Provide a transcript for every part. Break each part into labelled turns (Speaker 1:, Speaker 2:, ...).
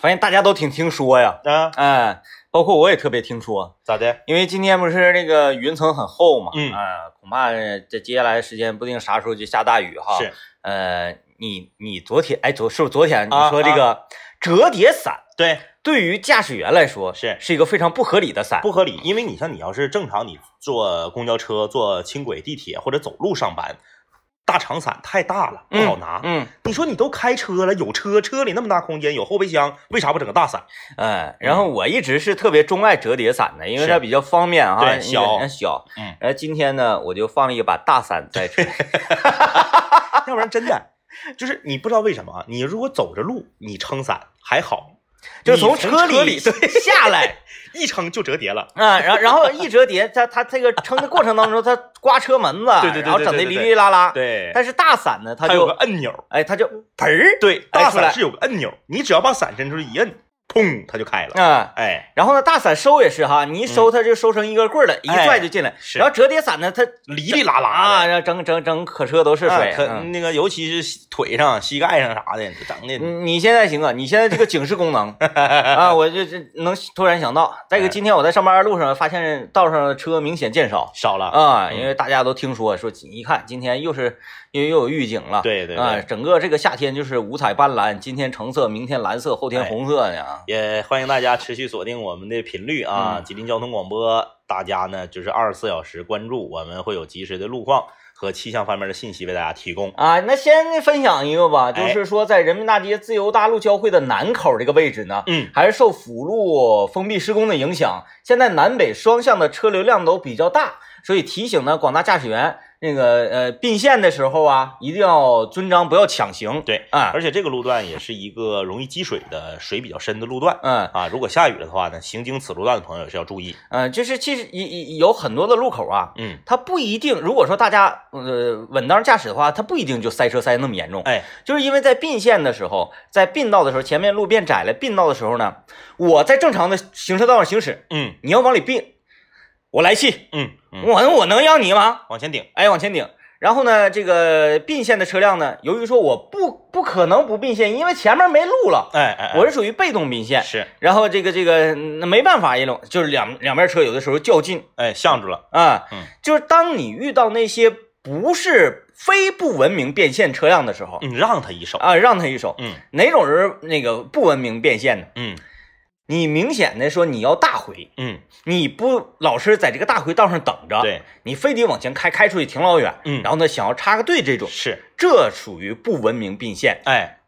Speaker 1: 发现大家都挺听说呀，
Speaker 2: 啊，
Speaker 1: 哎，包括我也特别听说，
Speaker 2: 咋的？
Speaker 1: 因为今天不是那个云层很厚嘛，
Speaker 2: 嗯
Speaker 1: 啊，恐怕这接下来时间不定啥时候就下大雨哈。
Speaker 2: 是，
Speaker 1: 呃，你你昨天哎昨是不是昨天你
Speaker 2: 啊
Speaker 1: 说这个折叠伞
Speaker 2: 对，
Speaker 1: 对于驾驶员来说
Speaker 2: 是
Speaker 1: 是一个非常不合理的伞，
Speaker 2: 不合理，因为你像你要是正常你坐公交车、坐轻轨、地铁或者走路上班，大长伞太大了，不
Speaker 1: 嗯
Speaker 2: 好拿。
Speaker 1: 嗯，
Speaker 2: 你说你都开车了，有车，车里那么大空间，有后备箱，为啥不整个大伞？
Speaker 1: 嗯，然后我一直是特别钟爱折叠伞的，因为
Speaker 2: 是
Speaker 1: 它比较方便啊，
Speaker 2: 对
Speaker 1: 你
Speaker 2: 小
Speaker 1: 小。
Speaker 2: 嗯，
Speaker 1: 然后今天呢，我就放了一把大伞在 车，
Speaker 2: 啊要不然真的就是你不知道为什么啊，你如果走着路，你撑伞还好，
Speaker 1: 就
Speaker 2: 你从
Speaker 1: 车
Speaker 2: 车
Speaker 1: 里
Speaker 2: 里
Speaker 1: 下来
Speaker 2: 一撑就折叠了。
Speaker 1: 啊，然后然后一折叠，它它这个撑的过程当中，它刮车门子，
Speaker 2: 对对对对
Speaker 1: 然后整的
Speaker 2: 对
Speaker 1: 哩
Speaker 2: 对
Speaker 1: 哩啦啦。
Speaker 2: 对
Speaker 1: 但是大伞呢，它
Speaker 2: 它有个
Speaker 1: 就
Speaker 2: 按钮，
Speaker 1: 哎，它就嘣儿
Speaker 2: 对，
Speaker 1: 哎
Speaker 2: 大
Speaker 1: 出来
Speaker 2: 伞是有个按钮，你只要把伞伸出去一摁，砰，它就开了。
Speaker 1: 啊。
Speaker 2: 哎，
Speaker 1: 然后呢，大伞收也是哈，你一收它就收成一根棍儿了，一
Speaker 2: 嗯哎
Speaker 1: 拽就进来。
Speaker 2: 是
Speaker 1: 然后折叠伞呢，它
Speaker 2: 哩哩啦啦
Speaker 1: 啊，
Speaker 2: 的。
Speaker 1: 然后整整整可车都是
Speaker 2: 哎
Speaker 1: 水。
Speaker 2: 可
Speaker 1: 嗯
Speaker 2: 那个，尤其是腿上、膝盖上啥的，整的
Speaker 1: 你你现在行啊，你现在这个警示功 能啊，我就这能突然想到。再一个，
Speaker 2: 哎
Speaker 1: 今天我在上班的路上发现道上的车明显减少
Speaker 2: 少了。
Speaker 1: 啊，
Speaker 2: 嗯
Speaker 1: 因为大家都听说说，一看今天又是又又有预警了。
Speaker 2: 对对
Speaker 1: 啊，
Speaker 2: 对，
Speaker 1: 整个这个夏天就是五彩斑斓，今天橙色，明天蓝色，后天
Speaker 2: 哎
Speaker 1: 红色呢啊。
Speaker 2: 也欢迎大家持续锁定我们的频率啊，
Speaker 1: 嗯
Speaker 2: 吉林交通广播。大家呢就是二十四小时关注，我们会有及时的路况和气象方面的信息为大家提供。
Speaker 1: 啊，那先分享一个吧，就
Speaker 2: 哎
Speaker 1: 是说在人民大街自由大路交汇的南口这个位置呢，
Speaker 2: 嗯，
Speaker 1: 还是受辅路封闭施工的影响，现在南北双向的车流量都比较大，所以提醒呢广大驾驶员，那个呃并线的时候啊，一定要遵章，不要抢行。
Speaker 2: 对
Speaker 1: 啊，
Speaker 2: 而且这个路段也是一个容易积水的、水比较深的路段
Speaker 1: 嗯
Speaker 2: 啊。如果下雨了的话呢，行经此路段的朋友也是要注意。
Speaker 1: 嗯，就是其实有有很多的路口啊，
Speaker 2: 嗯，
Speaker 1: 它不一定，如果说大家呃稳当驾驶的话，它不一定就塞车塞那么严重，
Speaker 2: 哎，
Speaker 1: 就是因为在并线的时候，在并道的时候，前面路变窄了，并道的时候呢，我在正常的行车道上行驶，
Speaker 2: 嗯
Speaker 1: 你要往里并，我来气，
Speaker 2: 嗯嗯，
Speaker 1: 我我能让你吗？
Speaker 2: 往前顶。
Speaker 1: 哎，往前顶。然后呢，这个并线的车辆呢，由于说我不不可能不并线，因为前面没路了，
Speaker 2: 哎哎，哎
Speaker 1: 我是属于被动并线。
Speaker 2: 是
Speaker 1: 然后这个这个那没办法，也种就是两两边车有的时候较劲
Speaker 2: 哎，向住了。
Speaker 1: 啊，
Speaker 2: 嗯
Speaker 1: 就是当你遇到那些不是非不文明变线车辆的时候、
Speaker 2: 嗯，让他一手。
Speaker 1: 啊，让他一手。
Speaker 2: 嗯
Speaker 1: 哪种人那个不文明变线呢？
Speaker 2: 嗯
Speaker 1: 你明显的说你要大回，
Speaker 2: 嗯，
Speaker 1: 你不老是在这个大回道上等着，
Speaker 2: 对，
Speaker 1: 你非得往前开，开出去挺老远，
Speaker 2: 嗯
Speaker 1: 然后呢想要插个队这种，
Speaker 2: 是
Speaker 1: 这属于不文明并线。
Speaker 2: 哎，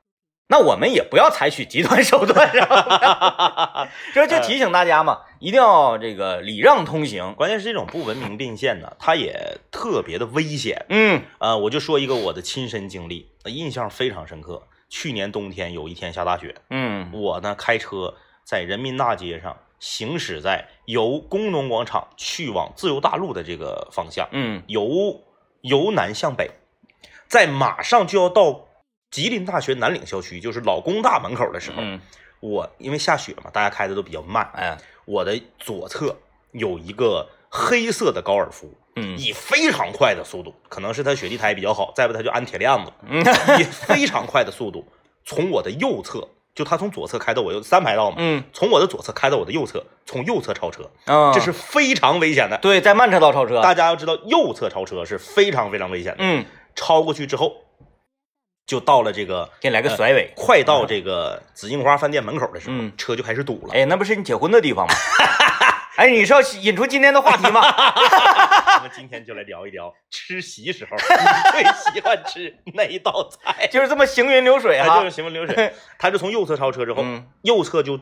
Speaker 1: 那我们也不要采取极端手段，是 吧这就提醒大家嘛，一定要这个礼让通行。
Speaker 2: 关键是这种不文明并线呢，它也特别的危险。
Speaker 1: 嗯
Speaker 2: 呃，我就说一个我的亲身经历，呃印象非常深刻。去年冬天有一天下大雪，
Speaker 1: 嗯
Speaker 2: 我呢开车在人民大街上行驶在由工农广场去往自由大路的这个方向，
Speaker 1: 嗯
Speaker 2: 由由南向北，在马上就要到吉林大学南岭校区，就是老工大门口的时候，
Speaker 1: 嗯，
Speaker 2: 我因为下雪嘛，大家开的都比较慢，
Speaker 1: 哎，
Speaker 2: 我的左侧有一个黑色的高尔夫，
Speaker 1: 嗯
Speaker 2: 以非常快的速度，可能是它雪地胎比较好，再不它就安铁链子，
Speaker 1: 嗯
Speaker 2: 以非常快的速度从我的右侧，就它从左侧开到我右三排道嘛，
Speaker 1: 嗯
Speaker 2: 从我的左侧开到我的右侧，从右侧超车，
Speaker 1: 啊，
Speaker 2: 这是非常危险的。
Speaker 1: 对在慢车道超车。
Speaker 2: 大家要知道，右侧超车是非常非常危险的。
Speaker 1: 嗯，
Speaker 2: 超过去之后，就到了这个呃
Speaker 1: 给你来个甩尾。
Speaker 2: 快到这个紫荆花饭店门口的时候，
Speaker 1: 嗯
Speaker 2: 车就开始堵了。
Speaker 1: 哎，那不是你结婚的地方 吗？哎，你是要引出今天的话题吗？
Speaker 2: 咱们今天就来聊一 聊吃席时候，你最喜欢吃哪一 道菜？
Speaker 1: 就是这么行云流水
Speaker 2: 他
Speaker 1: 啊
Speaker 2: 哎就是。行云 流水，他就从右侧超车之后，
Speaker 1: 嗯
Speaker 2: 右侧就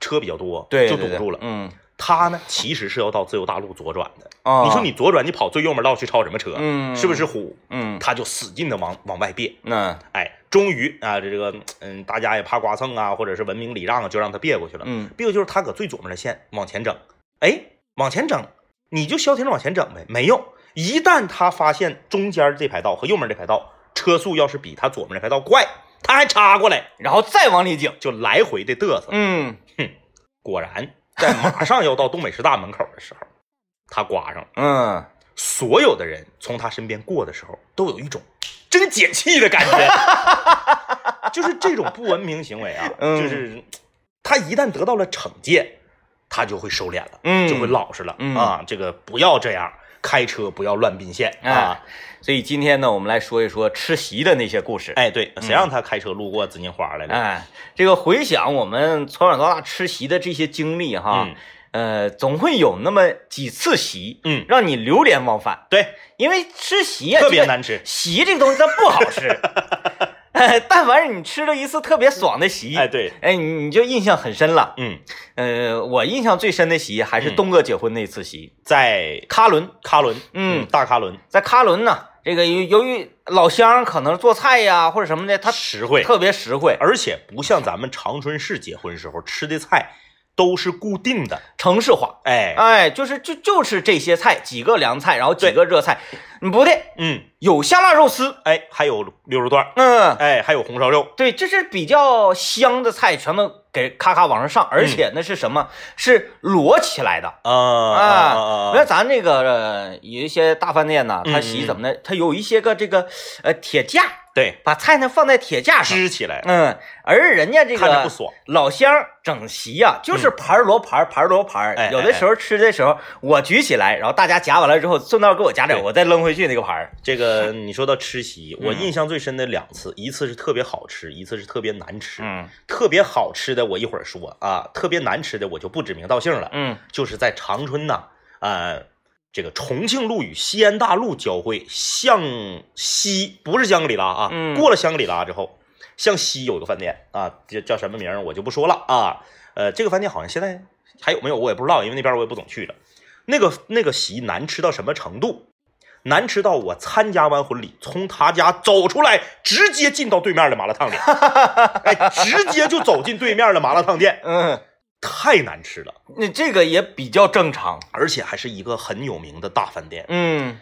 Speaker 2: 车比较多，
Speaker 1: 对，
Speaker 2: 就
Speaker 1: 对
Speaker 2: 堵住了。
Speaker 1: 嗯
Speaker 2: 他呢，其实是要到自由大路左转的。
Speaker 1: 啊，
Speaker 2: 你说你左转，你跑最右门道去超什么车？
Speaker 1: 嗯
Speaker 2: 是不是虎？
Speaker 1: 嗯，
Speaker 2: 他就使劲的往往外别，
Speaker 1: 那
Speaker 2: 哎，终于啊，这这个嗯，大家也怕刮蹭啊，或者是文明礼让啊，就让他别过去了。
Speaker 1: 嗯
Speaker 2: 别过就是他搁最左面的线往前整，哎，往前整，你就消停着往前整呗，没用。一旦他发现中间这排道和右面这排道车速要是比他左面这排道快，他还插过来，
Speaker 1: 然后再往里顶。
Speaker 2: 就来回的嘚瑟。
Speaker 1: 嗯
Speaker 2: 果然，在马上要到东北师大门口的时候，他刮上了。
Speaker 1: 嗯。
Speaker 2: 所有的人从他身边过的时候，都有一种真解气的感觉， 就是这种不文明行为啊，
Speaker 1: 嗯
Speaker 2: 就是他一旦得到了惩戒，他就会收敛了，
Speaker 1: 嗯
Speaker 2: 就会老实了、
Speaker 1: 嗯
Speaker 2: 啊。这个不要这样，开车不要乱并线、啊。
Speaker 1: 哎所以今天呢，我们来说一说吃席的那些故事。
Speaker 2: 哎，对，谁让他开车路过紫金花来了？
Speaker 1: 哎，这个回想我们从小到大吃席的这些经历哈，呃，总会有那么几次席，
Speaker 2: 嗯
Speaker 1: 让你流连忘返。
Speaker 2: 对，
Speaker 1: 因为吃席啊，
Speaker 2: 特别
Speaker 1: 这个
Speaker 2: 难吃。
Speaker 1: 席这个东西它不好 吃，哎，但凡是你吃了一次特别爽的席，
Speaker 2: 哎，对，
Speaker 1: 哎，你你就印象很深了。
Speaker 2: 嗯，
Speaker 1: 呃，我印象最深的席还是东哥结婚那次席，
Speaker 2: 在
Speaker 1: 喀伦，
Speaker 2: 喀伦，
Speaker 1: 嗯
Speaker 2: 大喀伦
Speaker 1: 在喀伦呢，这个由由于老乡可能做菜呀或者什么的，他
Speaker 2: 实惠，
Speaker 1: 特别实惠，
Speaker 2: 而且不像咱们长春市结婚时候吃的菜都是固定的，
Speaker 1: 城市化。
Speaker 2: 哎，
Speaker 1: 哎，就是就就是这些菜，几个凉菜，然后几个热菜，嗯不对，
Speaker 2: 嗯，
Speaker 1: 有香辣肉丝，
Speaker 2: 哎，还有溜肉段儿，
Speaker 1: 嗯，
Speaker 2: 哎，还有红烧肉，
Speaker 1: 对，这是比较香的菜，全都给咔咔往上上，
Speaker 2: 嗯
Speaker 1: 而且那是什么？是摞起来的。
Speaker 2: 啊啊
Speaker 1: 啊，那咱这个呃有一些大饭店呐，
Speaker 2: 嗯
Speaker 1: 它洗怎么的？它有一些个这个呃铁架，
Speaker 2: 对，
Speaker 1: 把菜呢放在铁架上。
Speaker 2: 支起来，
Speaker 1: 嗯，而人家这
Speaker 2: 看着
Speaker 1: 个
Speaker 2: 不爽，
Speaker 1: 老乡整席呀、就是盘儿摞盘儿，盘儿摞盘
Speaker 2: 哎
Speaker 1: 儿。有的时候吃的时候，我举起来，然后大家夹完了之后，顺道给我夹点，
Speaker 2: 对
Speaker 1: 我再扔回去那个盘儿。
Speaker 2: 这个
Speaker 1: 嗯
Speaker 2: 你说到吃席，我印象最深的两次，一次是特别好吃，一次是特别难吃。
Speaker 1: 嗯
Speaker 2: 特别好吃的我一会儿说啊，特别难吃的我就不指名道姓了。
Speaker 1: 嗯
Speaker 2: 就是在长春呐，呃，这个重庆路与西安大路交汇，向西不是香格里拉啊，
Speaker 1: 嗯
Speaker 2: 过了香格里拉之后，向西有一个饭店啊，叫叫什么名儿我就不说了啊。呃，这个饭店好像现在还有没有我也不知道，因为那边我也不总去了。那个那个席难吃到什么程度？难吃到我参加完婚礼，从他家走出来，直接进到对面的麻辣烫店，哎，直接就走进对面的麻辣烫店，
Speaker 1: 嗯，
Speaker 2: 太难吃了。
Speaker 1: 那这个也比较正常。
Speaker 2: 而且还是一个很有名的大饭店，
Speaker 1: 嗯，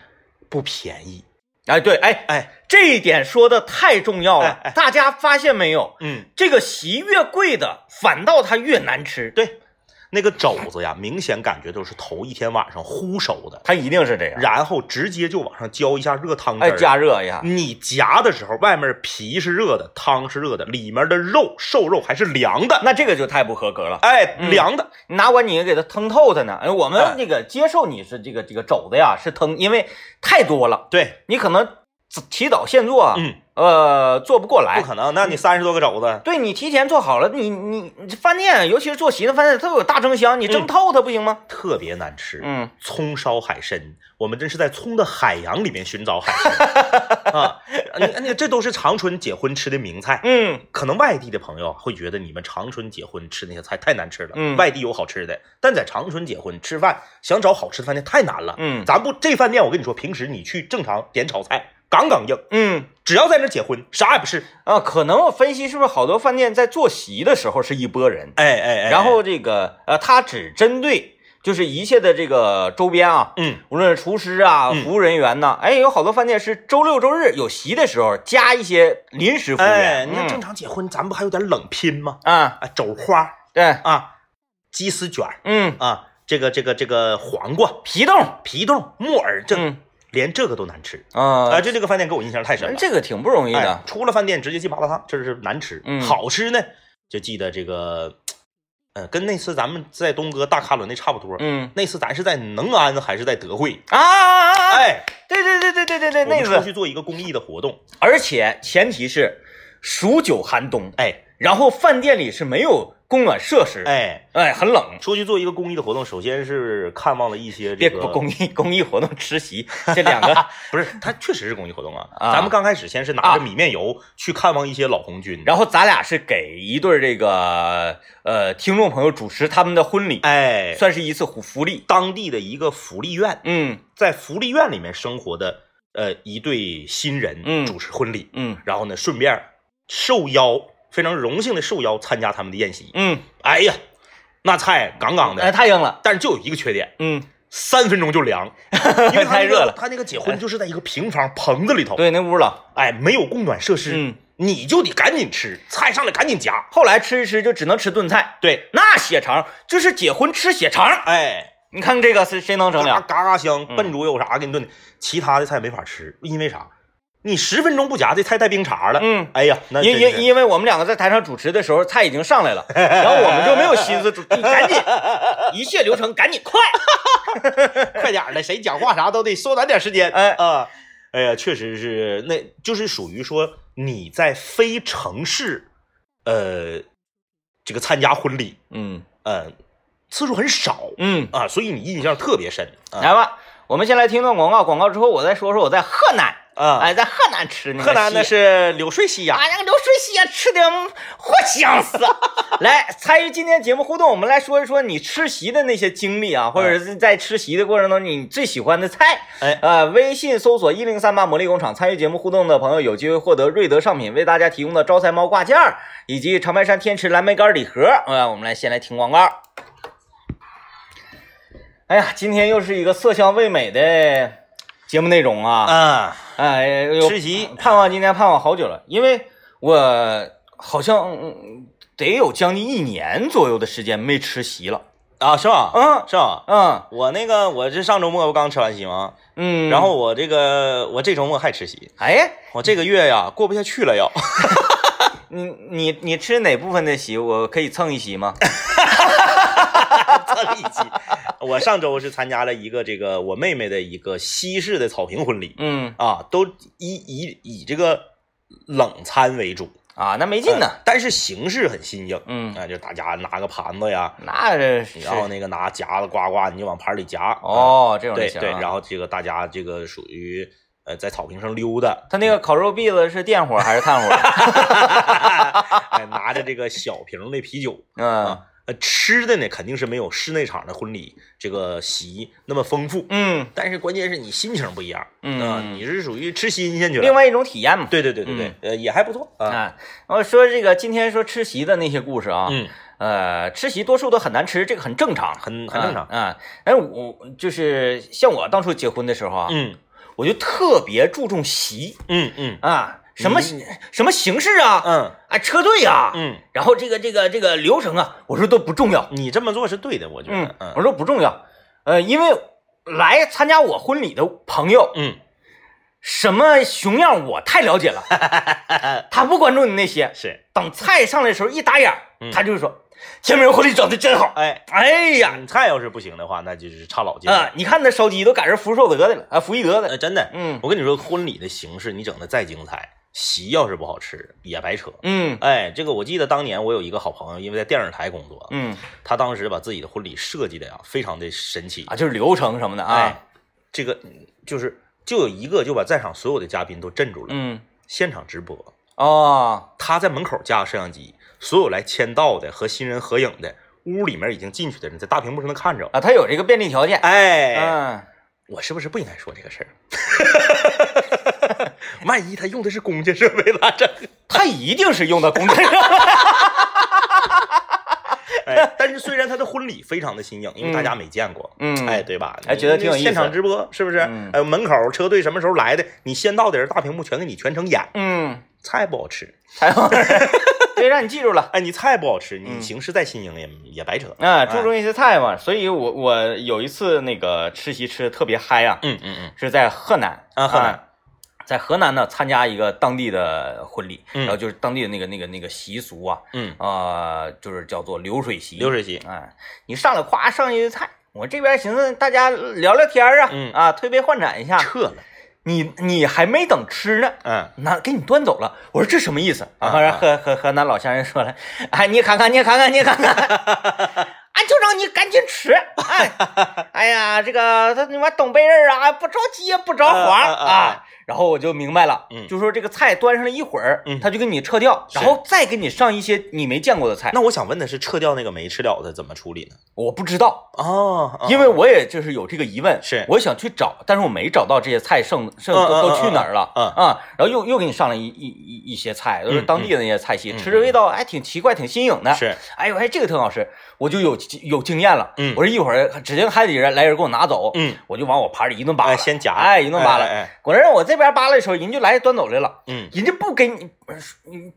Speaker 2: 不便宜。
Speaker 1: 哎对，哎
Speaker 2: 哎，
Speaker 1: 这一点说的太重要了
Speaker 2: 哎，哎
Speaker 1: 大家发现没有？
Speaker 2: 嗯，
Speaker 1: 这个席越贵的，反倒它越难吃。
Speaker 2: 对，那个肘子呀，明显感觉都是头一天晚上烀熟的，
Speaker 1: 它一定是这样。
Speaker 2: 然后直接就往上浇一下热汤汁
Speaker 1: 哎，
Speaker 2: 儿。
Speaker 1: 加热一下。
Speaker 2: 你夹的时候，外面皮是热的，汤是热的，里面的肉瘦肉还是凉的，
Speaker 1: 那这个就太不合格了，
Speaker 2: 哎，
Speaker 1: 嗯
Speaker 2: 凉的。
Speaker 1: 你拿碗你给它腾透它呢。哎，我
Speaker 2: 哎
Speaker 1: 们这个接受你是这个这个肘子呀是腾，因为太多了，
Speaker 2: 对，
Speaker 1: 你可能祈祷现做，
Speaker 2: 嗯，
Speaker 1: 呃，做不过
Speaker 2: 不
Speaker 1: 来。
Speaker 2: 可能。那
Speaker 1: 嗯
Speaker 2: 你三十多个肘子，
Speaker 1: 对你提前做好了，你你你这饭店，尤其是做席的饭店，它有大蒸箱，你蒸透它不行吗？
Speaker 2: 特别难吃。
Speaker 1: 嗯，
Speaker 2: 葱烧海参，我们真是在葱的海洋里面寻找海 参啊！你你这都是长春结婚吃的名菜。
Speaker 1: 嗯
Speaker 2: 可能外地的朋友会觉得你们长春结婚吃那些菜太难吃了，
Speaker 1: 嗯
Speaker 2: 外地有好吃的，但在长春结婚吃饭想找好吃的饭店太难了。
Speaker 1: 嗯
Speaker 2: 咱不这饭店，我跟你说，平时你去正常点炒菜，杠杠硬，
Speaker 1: 嗯
Speaker 2: 只要在那儿结婚，啥也不是。
Speaker 1: 啊，可能我分析是不是好多饭店在做席的时候是一拨人，
Speaker 2: 哎哎哎，
Speaker 1: 然后这个呃，它只针对就是一切的这个周边啊，
Speaker 2: 嗯，
Speaker 1: 无论是厨师啊、
Speaker 2: 嗯
Speaker 1: 服务人员呐、哎，有好多饭店是周六周日有席的时候加一些临时服务
Speaker 2: 哎，
Speaker 1: 员，
Speaker 2: 你看
Speaker 1: 嗯
Speaker 2: 正常结婚，咱们不还有点冷拼吗？
Speaker 1: 啊，
Speaker 2: 啊，肘花
Speaker 1: 对，
Speaker 2: 啊，鸡丝卷儿
Speaker 1: 嗯，
Speaker 2: 啊，这个这个这个黄瓜、
Speaker 1: 皮冻，
Speaker 2: 皮冻、木耳，这、
Speaker 1: 嗯
Speaker 2: 连这个都难吃啊、
Speaker 1: 啊，嗯
Speaker 2: 这这个饭店给我印象太深了。
Speaker 1: 这个挺不容易
Speaker 2: 哎
Speaker 1: 的，，
Speaker 2: 出了饭店直接进麻辣烫，这是难吃。
Speaker 1: 嗯
Speaker 2: 好吃呢，就记得这个，呃，跟那次咱们在东哥大喀伦那差不多。
Speaker 1: 嗯
Speaker 2: 那次咱是在能安还是在德惠？
Speaker 1: 啊啊啊，啊，
Speaker 2: 哎，
Speaker 1: 对对对对对对对，
Speaker 2: 我们
Speaker 1: 那
Speaker 2: 出
Speaker 1: 个，
Speaker 2: 去做一个公益的活动。
Speaker 1: 而且前提是数九寒冬，
Speaker 2: 哎
Speaker 1: 然后饭店里是没有供暖设施，
Speaker 2: 哎，
Speaker 1: 哎，很冷。
Speaker 2: 出去做一个公益的活动，首先是看望了一些这
Speaker 1: 别
Speaker 2: 个
Speaker 1: 不公益 公益活动吃席，这两 个，
Speaker 2: 不是，它确实是公益活动啊。
Speaker 1: 啊
Speaker 2: 咱们刚开始先是拿
Speaker 1: 啊
Speaker 2: 着米面油去看望一些老红军，
Speaker 1: 然后咱俩是给一对儿这个呃听众朋友主持他们的婚礼，
Speaker 2: 哎，
Speaker 1: 算是一次福福利。
Speaker 2: 当地的一个福利院，
Speaker 1: 嗯
Speaker 2: 在福利院里面生活的呃一对新人
Speaker 1: 嗯
Speaker 2: 主持婚礼，
Speaker 1: 嗯
Speaker 2: 然后呢，顺便受邀，非常荣幸的受邀参加他们的宴席。
Speaker 1: 嗯，
Speaker 2: 哎呀，那菜杠杠
Speaker 1: 哎，
Speaker 2: 的，
Speaker 1: 太硬了。
Speaker 2: 但是就有一个缺点，
Speaker 1: 嗯，
Speaker 2: 三分钟就 凉，因为他那个
Speaker 1: 太热了
Speaker 2: 他那个结婚就是在一个平房棚子里头，
Speaker 1: 对，那屋了。
Speaker 2: 哎，没有供暖设施，
Speaker 1: 嗯
Speaker 2: 你就得赶紧吃菜上来，赶紧夹。
Speaker 1: 后来吃一吃就只能吃炖菜，
Speaker 2: 对，
Speaker 1: 那血肠就是结婚吃血肠。
Speaker 2: 哎，
Speaker 1: 你看这个谁谁能整
Speaker 2: 嘎
Speaker 1: 了？
Speaker 2: 嘎嘎香，
Speaker 1: 嗯
Speaker 2: 笨猪肉啥给你炖的，其他的菜没法吃，因为啥？你十分钟不夹，这菜带冰碴了。
Speaker 1: 嗯，
Speaker 2: 哎呀，那
Speaker 1: 因
Speaker 2: 真是
Speaker 1: 因因为我们两个在台上主持的时候，菜已经上来 了，然后我们就没有心思主，你赶紧一切流程，赶紧快，
Speaker 2: 快点儿的，谁讲话啥都得缩短点时间。
Speaker 1: 哎
Speaker 2: 啊， 哎呀，确实是，那就是属于说你在非城市，呃，这个参加婚礼，
Speaker 1: 嗯
Speaker 2: 呃，次数很少
Speaker 1: 嗯，哎
Speaker 2: 啊，所以你印象特别深啊
Speaker 1: 来吧，我们先来听段广告，广告之后我再说说我在河南，
Speaker 2: 啊。
Speaker 1: 哎，在河南吃那个
Speaker 2: 河南呢
Speaker 1: 西
Speaker 2: 是柳睡西呀，
Speaker 1: 啊，那个流水席啊，吃的活香 死。来参与今天节目互动，我们来说一说你吃席的那些经历啊，或者是在吃席的过程当中你最喜欢的菜。
Speaker 2: 哎
Speaker 1: 呃，微信搜索一零三八魔力工厂，参与节目互动的朋友有机会获得瑞德上品为大家提供的招财猫挂件儿，以及长白山天池蓝莓干礼盒。呃，我们来先来听广告。哎呀，今天又是一个色香味美的节目内容啊！
Speaker 2: 啊，
Speaker 1: 哎，有
Speaker 2: 吃席
Speaker 1: 盼望今天盼望好久了，因为我好像、嗯得有将近一年左右的时间没吃席了。
Speaker 2: 啊，是吧？
Speaker 1: 嗯
Speaker 2: 是吧？
Speaker 1: 嗯
Speaker 2: 我那个，我这上周末不刚吃完席吗？
Speaker 1: 嗯，
Speaker 2: 然后我这个，我这周末还吃席，
Speaker 1: 哎，
Speaker 2: 我这个月呀过不下去了要。
Speaker 1: 你你你吃哪部分的席？我可以蹭一席 吗？
Speaker 2: 特立级。呃我上周是参加了一个这个我妹妹的一个西式的草坪婚礼
Speaker 1: 嗯
Speaker 2: 啊，都以以以这个冷餐为主，
Speaker 1: 啊，那没劲呢。
Speaker 2: 呃但是形式很新颖。
Speaker 1: 嗯
Speaker 2: 啊，就大家拿个盘子呀，
Speaker 1: 那这是
Speaker 2: 嗯然后那个拿夹子呱呱，你就往盘里夹。啊，
Speaker 1: 哦，这种类
Speaker 2: 对
Speaker 1: 型、啊。
Speaker 2: 对，然后这个大家这个属于呃在草坪上溜达，
Speaker 1: 他那个烤肉篦子是电火还是炭火？啊
Speaker 2: 哎，拿着这个小瓶的啤酒。
Speaker 1: 嗯
Speaker 2: 啊呃，吃的呢肯定是没有室内场的婚礼这个席那么丰富，
Speaker 1: 嗯
Speaker 2: 但是关键是你心情不一样，
Speaker 1: 嗯
Speaker 2: 啊你是属于吃新鲜去了。
Speaker 1: 另，外一种体验嘛。
Speaker 2: 对对对对对，呃，也还不错啊。
Speaker 1: 啊，我说这个今天说吃席的那些故事啊，
Speaker 2: 嗯，
Speaker 1: 呃，吃席多数都很难吃，这个很正常，
Speaker 2: 很很正常
Speaker 1: 啊。啊但是我就是像我当初结婚的时候啊，
Speaker 2: 嗯
Speaker 1: 我就特别注重席
Speaker 2: 嗯嗯
Speaker 1: 啊，什么、
Speaker 2: 嗯
Speaker 1: 什么形式啊，
Speaker 2: 嗯
Speaker 1: 哎，车队啊，
Speaker 2: 嗯，
Speaker 1: 然后这个这个这个流程啊，我说都不重要，
Speaker 2: 你这么做是对的，我觉
Speaker 1: 嗯
Speaker 2: 得。，嗯
Speaker 1: 我说不重要，呃，因为来参加我婚礼的朋友，
Speaker 2: 嗯，
Speaker 1: 什么熊样我太了 解了，他不关注你那些。
Speaker 2: 是，
Speaker 1: 等菜上来的时候一打眼儿，
Speaker 2: 嗯
Speaker 1: 他就说：“天明婚礼整的真好。”
Speaker 2: 哎，
Speaker 1: 哎呀，
Speaker 2: 点菜要是不行的话，那就是差老劲了。
Speaker 1: 啊，你看那烧鸡都赶上福寿德的了，啊，福一德的
Speaker 2: 呃，，真的，
Speaker 1: 嗯
Speaker 2: 我跟你说，婚礼的形式你整的再精彩，席要是不好吃也白扯。
Speaker 1: 嗯
Speaker 2: 哎，这个我记得当年我有一个好朋友，因为在电视台工作，
Speaker 1: 嗯，
Speaker 2: 他当时把自己的婚礼设计的呀，非常的神奇
Speaker 1: 啊，就是流程什么的啊，
Speaker 2: 哎，这个嗯就是就有一个就把在场所有的嘉宾都镇住了，
Speaker 1: 嗯，
Speaker 2: 现场直播，
Speaker 1: 哦，
Speaker 2: 他在门口架摄像机，所有来签到的和新人合影的，屋里面已经进去的人在大屏幕上能看着。
Speaker 1: 啊，他有这个便利条件，
Speaker 2: 哎，
Speaker 1: 嗯，
Speaker 2: 我是不是不应该说这个事儿？ 万一他用的是公家设备咋整？
Speaker 1: 他一定是用的工程，
Speaker 2: 哎， 但是虽然他的婚礼非常的新颖，因为大家没见过，
Speaker 1: 嗯
Speaker 2: 哎，对吧？
Speaker 1: 哎觉得挺有意思
Speaker 2: 现场直播是不是？
Speaker 1: 嗯
Speaker 2: 哎，门口车队什么时候来的？你先到的人，大屏幕全给你全程演，
Speaker 1: 嗯，
Speaker 2: 菜不好吃，
Speaker 1: 才有， 对，让你记住了。
Speaker 2: 哎，你菜不好吃，你
Speaker 1: 嗯
Speaker 2: 形式再新颖也、也白扯。
Speaker 1: 啊，注重一些菜嘛，所以我我有一次那个吃席吃的特别嗨啊，
Speaker 2: 嗯嗯嗯，
Speaker 1: 是在河南
Speaker 2: 啊河南
Speaker 1: 在河南呢参加一个当地的婚礼，
Speaker 2: 嗯
Speaker 1: 然后就是当地的那个那个那个习俗啊，
Speaker 2: 嗯，
Speaker 1: 啊、就是叫做流水席，
Speaker 2: 流水席，
Speaker 1: 哎，你上来夸上一堆菜，我这边寻思大家聊聊天儿啊，
Speaker 2: 嗯
Speaker 1: 啊，推杯换盏一下。
Speaker 2: 撤了。
Speaker 1: 你你还没等吃呢，
Speaker 2: 嗯，
Speaker 1: 那给你端走了。我说这什么意思？
Speaker 2: 啊
Speaker 1: 后
Speaker 2: 啊
Speaker 1: 然河河河南老乡人说了，哎，你看看，你看看，你看看，俺就让你赶紧吃。哎，哎呀，这个他你妈东北人啊，不着急不着
Speaker 2: 啊
Speaker 1: 慌
Speaker 2: 啊啊
Speaker 1: 啊。然后我就明白了，
Speaker 2: 嗯
Speaker 1: 就说这个菜端上来一会儿，
Speaker 2: 嗯
Speaker 1: 他就给你撤掉，
Speaker 2: 是
Speaker 1: 然后再给你上一些你没见过的菜。
Speaker 2: 那我想问的是，撤掉那个没吃了的怎么处理呢？
Speaker 1: 我不知道，
Speaker 2: 哦，啊
Speaker 1: 因为我也就是有这个疑问，
Speaker 2: 是
Speaker 1: 我想去找，但是我没找到这些菜剩剩
Speaker 2: 嗯嗯
Speaker 1: 都都
Speaker 2: 嗯
Speaker 1: 去哪儿了，
Speaker 2: 嗯
Speaker 1: 啊，然后又又给你上了一一一一些菜，都是
Speaker 2: 嗯
Speaker 1: 当地的那些菜系，
Speaker 2: 嗯
Speaker 1: 吃着味道还哎挺奇怪，挺新颖的。，
Speaker 2: 是
Speaker 1: 哎呦，哎，这个挺好吃，我就有有经验了。
Speaker 2: 嗯
Speaker 1: 我说一会儿指定还得人来人给我拿走，
Speaker 2: 嗯，
Speaker 1: 我就往我盘里一顿扒拉，
Speaker 2: 哎先夹
Speaker 1: 哎，一顿扒拉。
Speaker 2: 哎哎哎
Speaker 1: 果然我这边扒拉的时候，人就来端走来了。
Speaker 2: 嗯
Speaker 1: 人家不给你，嗯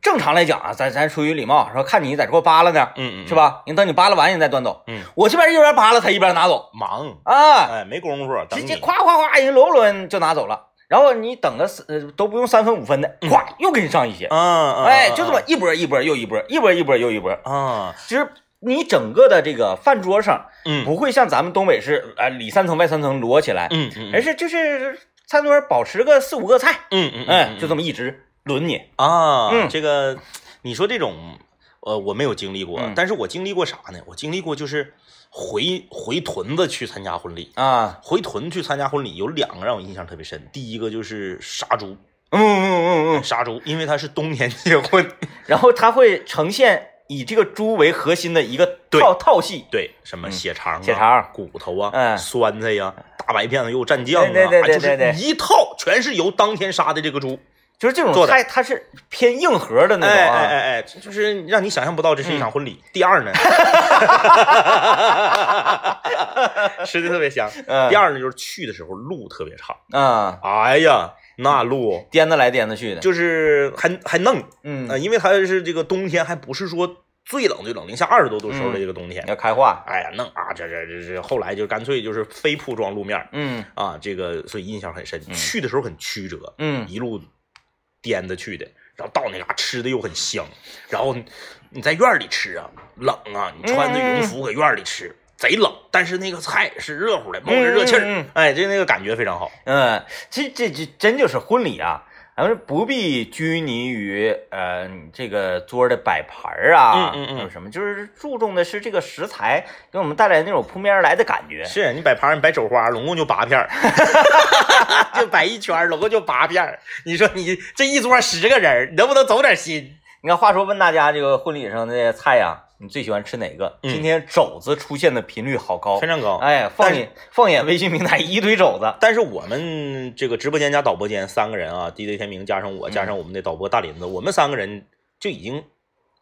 Speaker 1: 正常来讲啊，咱咱出于礼貌，说看你在这给我扒拉呢，
Speaker 2: 嗯嗯，
Speaker 1: 是？吧？人等你扒拉完，人再端走。
Speaker 2: 嗯，
Speaker 1: 我这边一边扒拉，他一边拿走
Speaker 2: 忙，
Speaker 1: 啊，
Speaker 2: 哎，没工夫等
Speaker 1: 直
Speaker 2: 你
Speaker 1: 接。夸夸夸，人摞摞就拿走了。然后你等个四呃都不用三分五分的，
Speaker 2: 嗯
Speaker 1: 咵又给你上一节，
Speaker 2: 啊啊，
Speaker 1: 哎，就这么一波一波又一波，一波一波又一波。
Speaker 2: 啊，
Speaker 1: 其实你整个的这个饭桌上
Speaker 2: 嗯
Speaker 1: 不会像咱们东北是啊、呃里三层外三层摞起来，
Speaker 2: 嗯嗯，
Speaker 1: 而是就是餐桌保持个四五个菜，
Speaker 2: 嗯嗯
Speaker 1: 哎，就
Speaker 2: 么
Speaker 1: 这么一直轮你，
Speaker 2: 啊，
Speaker 1: 嗯
Speaker 2: 这个你说这种，呃，我没有经历过，
Speaker 1: 嗯
Speaker 2: 但是我经历过啥呢？我经历过就是回回屯子去参加婚礼。
Speaker 1: 啊，
Speaker 2: 回屯去参加婚礼有两个让我印象特别深，第一个就是杀猪，
Speaker 1: 嗯嗯嗯嗯，
Speaker 2: 杀猪，因为他是冬天结婚，
Speaker 1: 然后它会呈现以这个猪为核心的一个
Speaker 2: 对
Speaker 1: 套套系，
Speaker 2: 对，什么血肠、啊、
Speaker 1: 血肠
Speaker 2: 骨头啊、
Speaker 1: 嗯
Speaker 2: 酸菜呀、大白片子肉蘸酱啊，
Speaker 1: 对对对对对
Speaker 2: 就是一套全是由当天杀的这个猪，
Speaker 1: 就是这种
Speaker 2: 做的
Speaker 1: 菜它是偏硬核的那
Speaker 2: 哎
Speaker 1: 种
Speaker 2: 哎
Speaker 1: 啊，
Speaker 2: 哎哎，就是让你想象不到这是一场婚礼。第二呢， 吃的特别香。
Speaker 1: 嗯
Speaker 2: 第二呢，就是去的时候路特别差，
Speaker 1: 啊，
Speaker 2: 哎呀，那路
Speaker 1: 颠的来颠的去的，
Speaker 2: 就是还还弄，呃，
Speaker 1: 嗯，
Speaker 2: 因为它是这个冬天，还不是说最冷最冷，零下二十多度时
Speaker 1: 嗯
Speaker 2: 候的这个冬天。
Speaker 1: 要开化，
Speaker 2: 哎呀，弄啊，这这这这，后来就干脆就是非铺装路面儿
Speaker 1: 嗯
Speaker 2: 啊，这个所以印象很深。去的时候很曲折，
Speaker 1: 嗯，
Speaker 2: 一路颠着去的，然后到那嘎吃的又很香，然后你你在院儿里吃啊，冷啊，你穿着
Speaker 1: 嗯
Speaker 2: 羽绒服搁院儿里吃，贼冷，但是那个菜是热乎的，冒着热气儿，
Speaker 1: 嗯嗯嗯
Speaker 2: 哎，这那个感觉非常好。
Speaker 1: 嗯，这这这真就是婚礼啊，咱们不必拘泥于呃你这个桌的摆盘儿啊，
Speaker 2: 嗯嗯嗯
Speaker 1: 还有什么，就是注重的是这个食材给我们带来那种扑面而来的感觉。
Speaker 2: 是你摆盘儿，你摆肘花，拢共就八片儿， 就摆一圈儿，拢共就八片儿。你说你这一桌十个人儿，你能不能走点心？
Speaker 1: 你看，话说问大家这个婚礼上的这些菜呀、你最喜欢吃哪个？
Speaker 2: 嗯
Speaker 1: 今天肘子出现的频率好高，
Speaker 2: 非常高。
Speaker 1: 哎，放眼放眼微信平台一堆肘子，
Speaker 2: 但是我们这个直播间加导播间三个人啊，DJ 天明加上我，加上我们的导播大林子，我们三个人就已经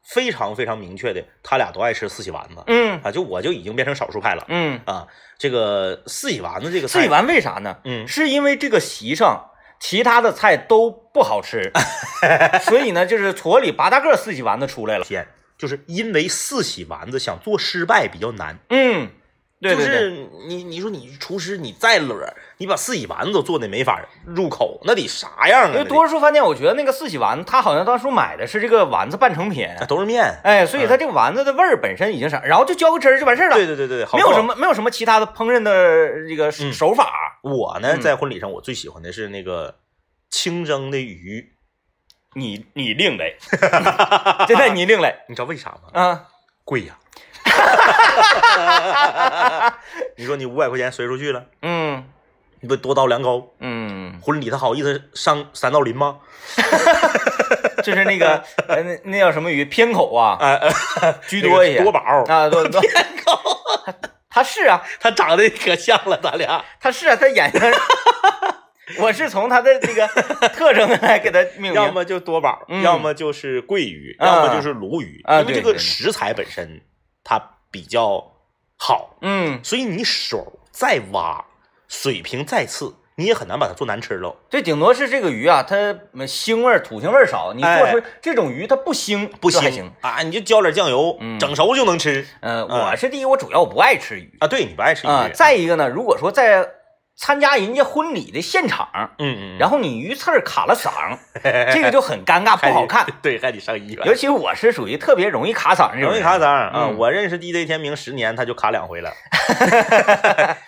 Speaker 2: 非常非常明确的，他俩都爱吃四喜丸子
Speaker 1: 嗯
Speaker 2: 啊，就我就已经变成少数派了
Speaker 1: 嗯，
Speaker 2: 啊。这个四喜丸子这个
Speaker 1: 自
Speaker 2: 菜
Speaker 1: 己，玩为啥呢？
Speaker 2: 嗯
Speaker 1: 是因为这个席上其他的菜都不好 吃，所以呢，就是矬里拔大个儿四喜丸子出来了。
Speaker 2: 天，就是因为四喜丸子想做失败比较难，
Speaker 1: 嗯，对对对，
Speaker 2: 就是你你说你厨师你再乐儿，你把四喜丸子都做的没法入口，那得啥样啊？
Speaker 1: 因为
Speaker 2: 那
Speaker 1: 多数饭店，我觉得那个四喜丸，它好像当初买的是这个丸子半成 品，
Speaker 2: 得啊都是面，
Speaker 1: 哎，所以它这个丸子的味儿本身已经啥，然后就浇个汁儿就完事儿了，
Speaker 2: 对对对对，好
Speaker 1: 没有
Speaker 2: 扣
Speaker 1: 什么没有什么其他的烹饪的这个
Speaker 2: 嗯
Speaker 1: 手法。
Speaker 2: 我呢，
Speaker 1: 嗯
Speaker 2: 在婚礼上我最喜欢的是那个清蒸的鱼，
Speaker 1: 你你另类， 真的你另类
Speaker 2: 你知道为啥吗？
Speaker 1: 啊！
Speaker 2: 贵 呀、 你说你五百块钱随出去了，
Speaker 1: 嗯
Speaker 2: 你不多刀两口？
Speaker 1: 嗯，
Speaker 2: 婚礼他好意思上三道林吗？
Speaker 1: 就是那个呃那那叫什么鱼偏口啊，
Speaker 2: 啊、 呃，
Speaker 1: 居多一些，
Speaker 2: 多宝儿，
Speaker 1: 啊，多 多他是啊，
Speaker 2: 他长得可像了，咱俩。
Speaker 1: 他是啊， 他眼睛。我是从他的这个特征来给他命名，
Speaker 2: 要么就多宝，
Speaker 1: 嗯
Speaker 2: 要么就是桂鱼，
Speaker 1: 啊
Speaker 2: 要么就是鲈鱼，
Speaker 1: 啊
Speaker 2: 因为这
Speaker 1: 对对
Speaker 2: 个
Speaker 1: 对
Speaker 2: 食材本身它比较好，
Speaker 1: 嗯，
Speaker 2: 所以你手再挖，水平再次，你也很难把它做难吃喽。
Speaker 1: 对，顶多是这个鱼啊，它嗯腥味儿、土腥味儿少。你做
Speaker 2: 哎
Speaker 1: 出这种鱼，它不腥，
Speaker 2: 不
Speaker 1: 这还
Speaker 2: 行
Speaker 1: 行。
Speaker 2: 啊，你就浇点酱油，
Speaker 1: 嗯
Speaker 2: 整熟就能吃
Speaker 1: 呃，
Speaker 2: 啊
Speaker 1: 我是第一，我主要不爱吃鱼
Speaker 2: 啊。对，你不爱吃鱼，
Speaker 1: 啊、再一个呢，如果说在参加人家婚礼的现场，
Speaker 2: 嗯嗯，
Speaker 1: 然后你鱼刺儿卡了 嗓，这个就很尴尬，不好看。
Speaker 2: 害你， 对，害你上医院
Speaker 1: 尤。其我是属于特别容易卡嗓这种
Speaker 2: 容易
Speaker 1: 人，
Speaker 2: 卡嗓啊！
Speaker 1: 嗯
Speaker 2: 我认识 DJ 天明十年，他就卡两回 了。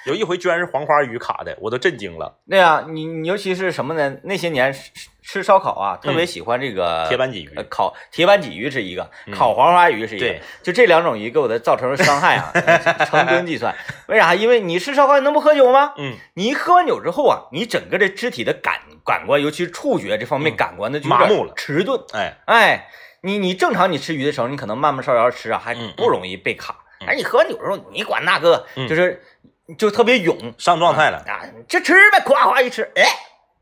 Speaker 2: 有一回居然是黄花鱼卡的，我都震惊了。
Speaker 1: 对啊，你你尤其是什么呢？那些年吃吃烧烤啊，特别喜欢这个
Speaker 2: 嗯铁板鲫鱼
Speaker 1: 呃烤铁板鲫鱼是一个，烤黄花鱼是一个
Speaker 2: 对，
Speaker 1: 就这两种鱼给我的造成了伤害 啊，呃成吨计算。为啥？因为你吃烧烤，你能不喝酒吗？
Speaker 2: 嗯，
Speaker 1: 你一喝完酒之后啊，你整个这肢体的感感官，尤其是触觉这方面
Speaker 2: 嗯
Speaker 1: 感官的就
Speaker 2: 麻木了
Speaker 1: 迟钝。
Speaker 2: 哎，
Speaker 1: 哎，你你正常你吃鱼的时候，你可能慢慢稍稍吃啊，还
Speaker 2: 嗯嗯
Speaker 1: 不容易被卡。
Speaker 2: 嗯
Speaker 1: 哎，你喝完酒之后，你管那个
Speaker 2: 嗯，
Speaker 1: 就是就特别涌。
Speaker 2: 上状态了。
Speaker 1: 啊，就吃呗，夸夸一吃，哎，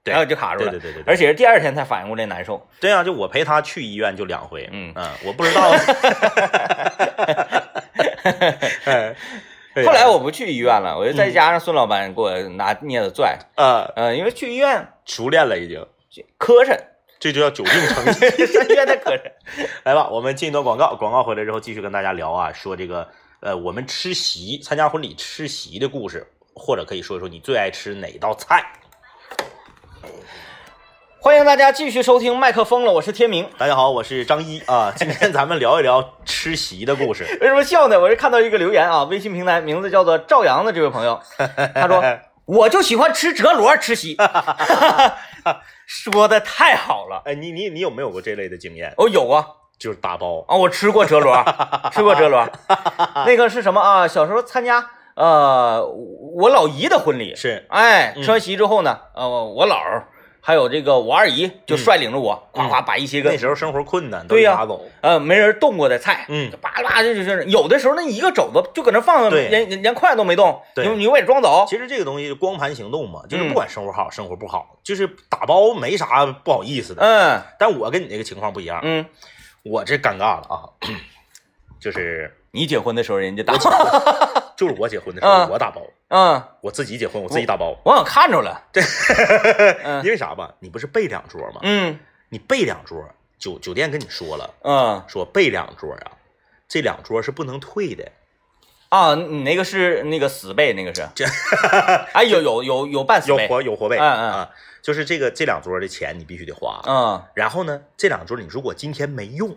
Speaker 2: 对
Speaker 1: 然后就卡住
Speaker 2: 对
Speaker 1: 了，
Speaker 2: 对对对对
Speaker 1: 而且是第二天才反应过来难受，
Speaker 2: 对啊，就我陪他去医院就两回。
Speaker 1: 嗯
Speaker 2: 我不知 道。哎对嗯呀
Speaker 1: 后来我不去医院了，我就在家让孙老板给我拿镊子拽，
Speaker 2: 呃
Speaker 1: 呃，因为去医院
Speaker 2: 熟练了，已经，
Speaker 1: 磕碜，
Speaker 2: 这就叫久病成医。
Speaker 1: 上医院再磕碜，
Speaker 2: 来吧，我们进一段广告，广告回来之后继续跟大家聊啊，说这个呃，我们吃席参加婚礼吃席的故事，或者可以说一说你最爱吃哪道菜。
Speaker 1: 欢迎大家继续收听麦克风了，我是天明。
Speaker 2: 大家好，我是张一啊，今天咱们聊一聊吃席的故事。
Speaker 1: 为什么笑呢？我是看到一个留言啊，微信平台名字叫做赵阳的这位朋 友，他说我就喜欢吃折螺吃席， 说的太好了。
Speaker 2: 哎，你你你有没有过这类的经验？
Speaker 1: 哦，有啊，
Speaker 2: 就是打包，
Speaker 1: 啊，我吃过折 螺，吃过折螺，那个是什么啊？小时候参加呃我老姨的婚礼，
Speaker 2: 是
Speaker 1: 哎，
Speaker 2: 嗯
Speaker 1: 吃完席之后呢，呃，我姥儿还有这个我二姨就率领着我，
Speaker 2: 嗯
Speaker 1: 夸夸把一些个
Speaker 2: 那时候生活困难，都
Speaker 1: 对
Speaker 2: 是
Speaker 1: 呀
Speaker 2: 打走。
Speaker 1: 呃没人动过的菜，
Speaker 2: 嗯
Speaker 1: 就叭叭就就是有的时候那一个肘子就搁那放着，
Speaker 2: 对
Speaker 1: 连连连筷子都没动，
Speaker 2: 对
Speaker 1: 你你我也装走，
Speaker 2: 其实这个东西光盘行动嘛，就是
Speaker 1: 嗯
Speaker 2: 不管生活好生活不好，就是打包没啥不好意思的。
Speaker 1: 嗯
Speaker 2: 但我跟你这个情况不一样，
Speaker 1: 嗯，
Speaker 2: 我这尴尬了啊， 就是
Speaker 1: 你结婚的时候人家打
Speaker 2: 我，结婚，就是我结婚的时候
Speaker 1: 嗯
Speaker 2: 我打包，
Speaker 1: 嗯，
Speaker 2: 我自己结婚我自己打包，
Speaker 1: 我好像看着了，对，嗯
Speaker 2: 因为啥吧？你不是备两桌吗？
Speaker 1: 嗯
Speaker 2: 你备两桌，酒酒店跟你说了，
Speaker 1: 嗯
Speaker 2: 说备两桌啊，这两桌是不能退的。
Speaker 1: 啊，你那个是那个死背那个是， 哎有有有有半死
Speaker 2: 有
Speaker 1: 背，
Speaker 2: 活有活呗，
Speaker 1: 嗯嗯
Speaker 2: 啊，就是这个这两桌的钱你必须得花。
Speaker 1: 嗯。
Speaker 2: 然后呢，这两桌你如果今天没用，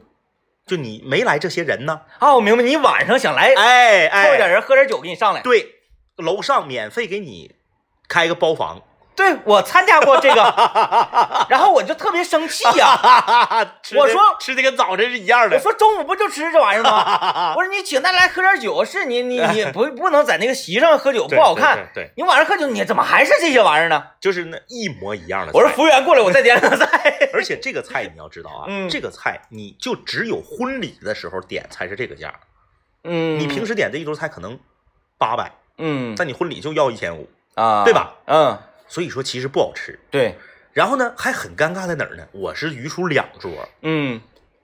Speaker 2: 就你没来这些人呢，
Speaker 1: 啊，我明白，你晚上想来凑
Speaker 2: 哎
Speaker 1: 一点
Speaker 2: 哎，
Speaker 1: 人喝点酒给你上来。
Speaker 2: 对，楼上免费给你开个包 房，
Speaker 1: 对，我参加过这个， 然后我就特别生气呀、
Speaker 2: 哈哈哈，吃
Speaker 1: 我
Speaker 2: 的
Speaker 1: 说
Speaker 2: 吃的跟早晨是一样
Speaker 1: 我
Speaker 2: 的，
Speaker 1: 说中午不就吃这玩意儿 吗？我说你请大家来喝点酒，是你你你不不能在那个席上喝酒，
Speaker 2: 对
Speaker 1: 不好看。，
Speaker 2: 对对，对
Speaker 1: 你晚上喝酒，你怎么还是这些玩意儿呢？
Speaker 2: 就是那一模一样的菜。
Speaker 1: 我说服务员过来，我再点两个菜。
Speaker 2: 而且这个菜你要知道啊，
Speaker 1: 嗯
Speaker 2: 这个菜你就只有婚礼的时候点才是这个价儿，
Speaker 1: 嗯，
Speaker 2: 你平时点这一桌菜可能八百，
Speaker 1: 嗯
Speaker 2: 在你婚礼就要一千五，
Speaker 1: 啊，
Speaker 2: 对吧？
Speaker 1: 嗯，
Speaker 2: 所以说其实不好吃。
Speaker 1: 对，
Speaker 2: 然后呢，还很尴尬在哪儿呢？我是余出两桌，
Speaker 1: 嗯，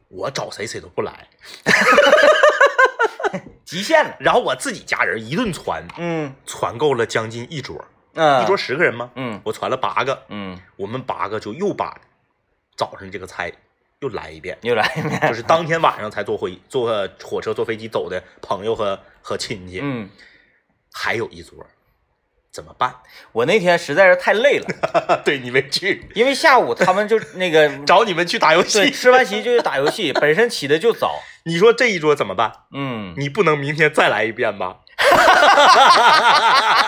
Speaker 2: 我找谁谁都不来，
Speaker 1: 极限了。
Speaker 2: 然后我自己家人一顿传，
Speaker 1: 嗯
Speaker 2: 传够了将近一桌，
Speaker 1: 嗯，
Speaker 2: 一桌十个人吗？
Speaker 1: 嗯
Speaker 2: 我传了八个，
Speaker 1: 嗯，
Speaker 2: 我们八个就又把早上这个菜又来一
Speaker 1: ，
Speaker 2: 遍
Speaker 1: 又来一遍。
Speaker 2: 就是当天晚上才坐回坐火车坐飞机走的朋友和和亲戚，
Speaker 1: 嗯，
Speaker 2: 还有一桌，怎么 办？
Speaker 1: 我那天实在是太累了，
Speaker 2: 对你没去，
Speaker 1: 因为下午他们就那 个
Speaker 2: 找你们去打游
Speaker 1: 对，
Speaker 2: 戏。
Speaker 1: 吃完席就去打游戏，本身起的就早。
Speaker 2: 你说这一桌怎么办？
Speaker 1: 嗯，
Speaker 2: 你不能明天再来一遍吧？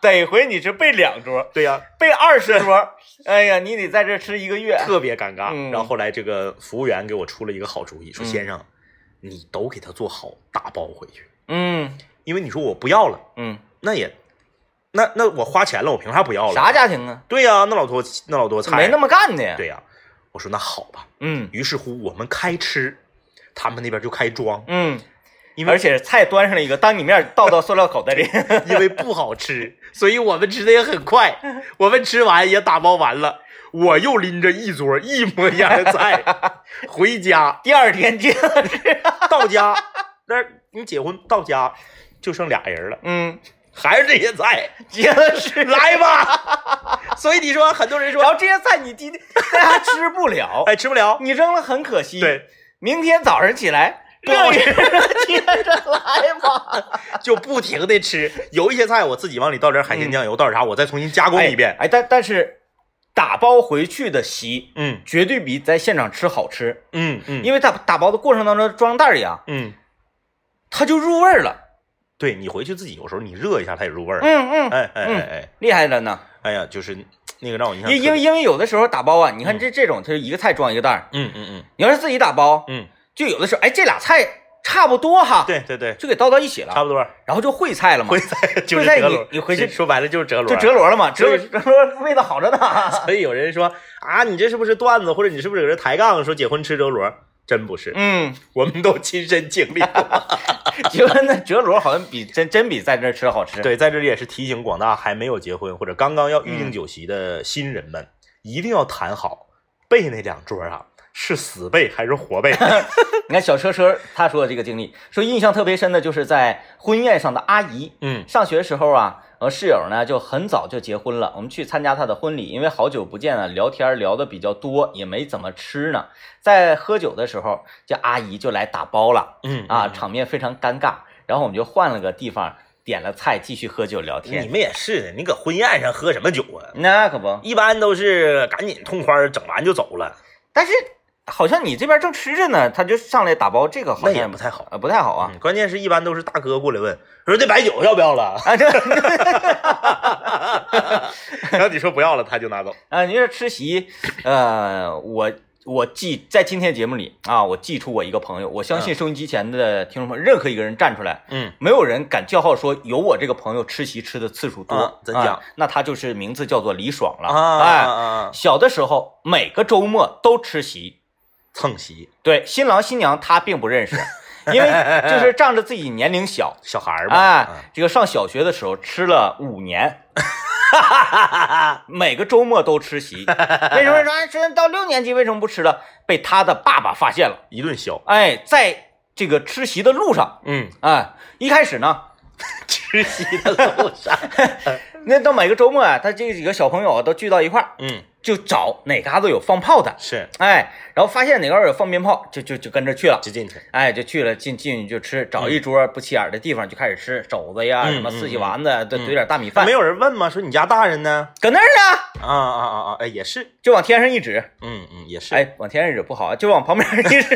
Speaker 1: 得回你是备两桌，
Speaker 2: 对呀、
Speaker 1: 备二十 桌，哎呀，你得在这吃一个月。
Speaker 2: 特别尴尬。
Speaker 1: 嗯
Speaker 2: 然后后来这个服务员给我出了一个好主意，说
Speaker 1: 嗯
Speaker 2: 先生，你都给他做好，打包回去，
Speaker 1: 嗯
Speaker 2: 因为你说我不要了，
Speaker 1: 嗯，
Speaker 2: 那也，那那我花钱了，我凭啥不要了？
Speaker 1: 啥？家庭啊？
Speaker 2: 对呀、那老多那老多菜，
Speaker 1: 没那么干的呀。
Speaker 2: 对呀、我说那好吧，
Speaker 1: 嗯
Speaker 2: 于是乎我们开吃，他们那边就开装，
Speaker 1: 嗯，
Speaker 2: 因
Speaker 1: 而
Speaker 2: 为
Speaker 1: 且菜端上了一个，当你面倒到塑料口袋里。
Speaker 2: 因为不好吃， 所以我们吃的也很快，我们吃完也打包完了。我又拎着一桌一模一样 的菜回家，
Speaker 1: 第二天接着吃。
Speaker 2: 到家，那你结婚到家就剩俩人了，
Speaker 1: 嗯，
Speaker 2: 还是这些菜，
Speaker 1: 接着吃。
Speaker 2: 来吧。 所以你说很多
Speaker 1: 然
Speaker 2: 人说，
Speaker 1: 后这些菜你今天 大家吃不 了，
Speaker 2: 哎，吃不了，
Speaker 1: 你扔了很可惜。，
Speaker 2: 对，
Speaker 1: 明天早上起 来
Speaker 2: 不
Speaker 1: 热
Speaker 2: 好吃
Speaker 1: 一热，接着来吧。
Speaker 2: 就不停的吃。有一些菜我自己往里倒点海鲜酱油，倒点啥，我再重新加工一遍。
Speaker 1: 哎，哎但但是打包回去的席
Speaker 2: 嗯
Speaker 1: 绝对比在现场吃好吃，
Speaker 2: 嗯嗯，
Speaker 1: 因为打打包的过程当中装袋儿一样，
Speaker 2: 嗯，
Speaker 1: 它就入味儿了。
Speaker 2: 对你回去自己有时候你热一下它也入味儿。
Speaker 1: 嗯嗯，
Speaker 2: 哎哎哎哎，
Speaker 1: 厉害着呢。
Speaker 2: 哎呀，就是那个让我印象特
Speaker 1: 因
Speaker 2: 别，
Speaker 1: 因为因为有的时候打包啊，你看这这种，它是一个菜装一个袋儿。
Speaker 2: 嗯嗯嗯
Speaker 1: 你要是自己打包，
Speaker 2: 嗯，
Speaker 1: 就有的时候，哎，这俩菜差不多哈，
Speaker 2: 对对对，
Speaker 1: 就给倒到一起
Speaker 2: 差
Speaker 1: 了，
Speaker 2: 不多。
Speaker 1: 然后就烩菜了嘛
Speaker 2: 回，菜就是
Speaker 1: 菜
Speaker 2: 折
Speaker 1: 你
Speaker 2: 螺，
Speaker 1: 你回去
Speaker 2: 说白了就是折螺，
Speaker 1: 就折螺了嘛，折
Speaker 2: 所以
Speaker 1: 折螺味道好着呢。
Speaker 2: 所以有人说啊，你这是不是段子，或者你是不是有人抬杠说结婚吃折螺？真不是，
Speaker 1: 嗯，
Speaker 2: 我们都亲身经历过。
Speaker 1: 结婚那折螺好像比真真比在这儿吃好吃。，
Speaker 2: 对，在这里也是提醒广大还没有结婚或者刚刚要预定酒席的新人们，一定要谈好备那两桌啊，是死备还是活备？
Speaker 1: 你看小车车他说的这个经历，说印象特别深的就是在婚宴上的阿姨，
Speaker 2: 嗯
Speaker 1: 上学时候啊，呃，室友呢就很早就结婚了，我们去参加她的婚礼，因为好久不见啊，聊天聊的比较多，也没怎么吃呢。在喝酒的时候，这阿姨就来打包了啊
Speaker 2: 嗯
Speaker 1: 啊，场面非常尴尬。然后我们就换了个地方点了菜，继续喝酒聊
Speaker 2: 你
Speaker 1: 天。
Speaker 2: 们也是的，你搁婚宴上喝什么酒啊？
Speaker 1: 那可不，
Speaker 2: 一般都是赶紧痛快儿整完就走了，
Speaker 1: 但是好像你这边正吃着呢，他就上来打包，这个好
Speaker 2: 那
Speaker 1: 像
Speaker 2: 也不太好。
Speaker 1: 呃不太好啊。，
Speaker 2: 嗯，关键是一般都是大哥过来问，说这白酒要不要了
Speaker 1: 啊，这
Speaker 2: 然后你说不要了，他就拿走。
Speaker 1: 啊，你说吃席，呃，我我记在今天节目里啊，我记出我一个朋友，我相信收音机前的听众朋友，任何一个人站出来，
Speaker 2: 嗯，
Speaker 1: 没有人敢叫号说有我这个朋友吃席吃的次数多，
Speaker 2: 啊真假
Speaker 1: 啊那他就是名字叫做李爽了。哎，
Speaker 2: 啊，
Speaker 1: 小的时候每个周末都吃席，
Speaker 2: 蹭席，
Speaker 1: 对，新郎新娘他并不认识，因为就是仗着自己年龄 小，
Speaker 2: 小孩儿嘛，嗯
Speaker 1: 哎，这个上小学的时候吃了五年。每个周末都吃席，为什么说哎吃到六年级为什么不吃了？被他的爸爸发现了。
Speaker 2: 一顿削。
Speaker 1: 哎，在这个吃席的路上，
Speaker 2: 嗯，
Speaker 1: 哎，一开始呢，
Speaker 2: 吃席的路上，
Speaker 1: 那到每个周末啊，他这几个小朋友啊都聚到一块儿，
Speaker 2: 嗯，
Speaker 1: 就找哪嘎达有放炮的，
Speaker 2: 是
Speaker 1: 哎，然后发现哪嘎达有放鞭炮，就就就跟着去了。
Speaker 2: 就进去。
Speaker 1: 哎，就去了，进进去就吃，找一桌不起眼的地方就开始吃肘子呀，
Speaker 2: 嗯
Speaker 1: 什么四喜
Speaker 2: 嗯嗯嗯
Speaker 1: 丸子，啊对，怼点大米
Speaker 2: 那
Speaker 1: 饭，
Speaker 2: 没有人问吗？说你家大人呢？
Speaker 1: 搁那儿呢，
Speaker 2: 啊啊啊啊！哎，也是，
Speaker 1: 就往天上一指，
Speaker 2: 嗯嗯，也 是。啊
Speaker 1: 哎，往天上一指不好啊，就往旁边一指。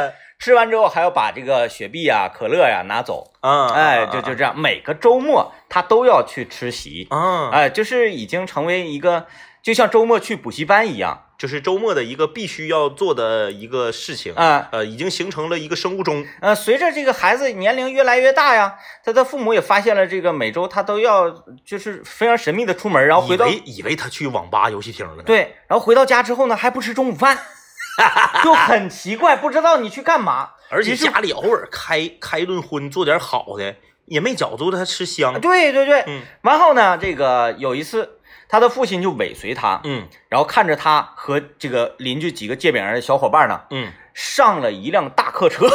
Speaker 1: 吃完之后还要把这个雪碧呀、可乐呀、拿走，
Speaker 2: 啊，
Speaker 1: 哎，就就这样，每个周末他都要去吃席，
Speaker 2: 啊，
Speaker 1: 哎，就是已经成为一个，就像周末去补习班一样，
Speaker 2: 就是周末的一个必须要做的一个事情。
Speaker 1: 啊、
Speaker 2: 呃，已经形成了一个生物钟。
Speaker 1: 呃，随着这个孩子年龄越来越大呀，他的父母也发现了这个每周他都要就是非常神秘的出门，然后回
Speaker 2: 以
Speaker 1: 到
Speaker 2: 为以为他去网吧游戏厅了呢。
Speaker 1: 对，然后回到家之后呢还不吃中午 饭，就很奇怪，不知道你去干嘛，
Speaker 2: 而且
Speaker 1: 你是
Speaker 2: 家里偶尔开开一顿荤，做点好的，也没觉着他吃香。
Speaker 1: 对对对，
Speaker 2: 嗯
Speaker 1: 完后呢，这个有一次他的父亲就尾随他，
Speaker 2: 嗯
Speaker 1: 然后看着他和这个邻居几个借饼儿的小伙伴呢，
Speaker 2: 嗯，
Speaker 1: 上了一辆大客 车，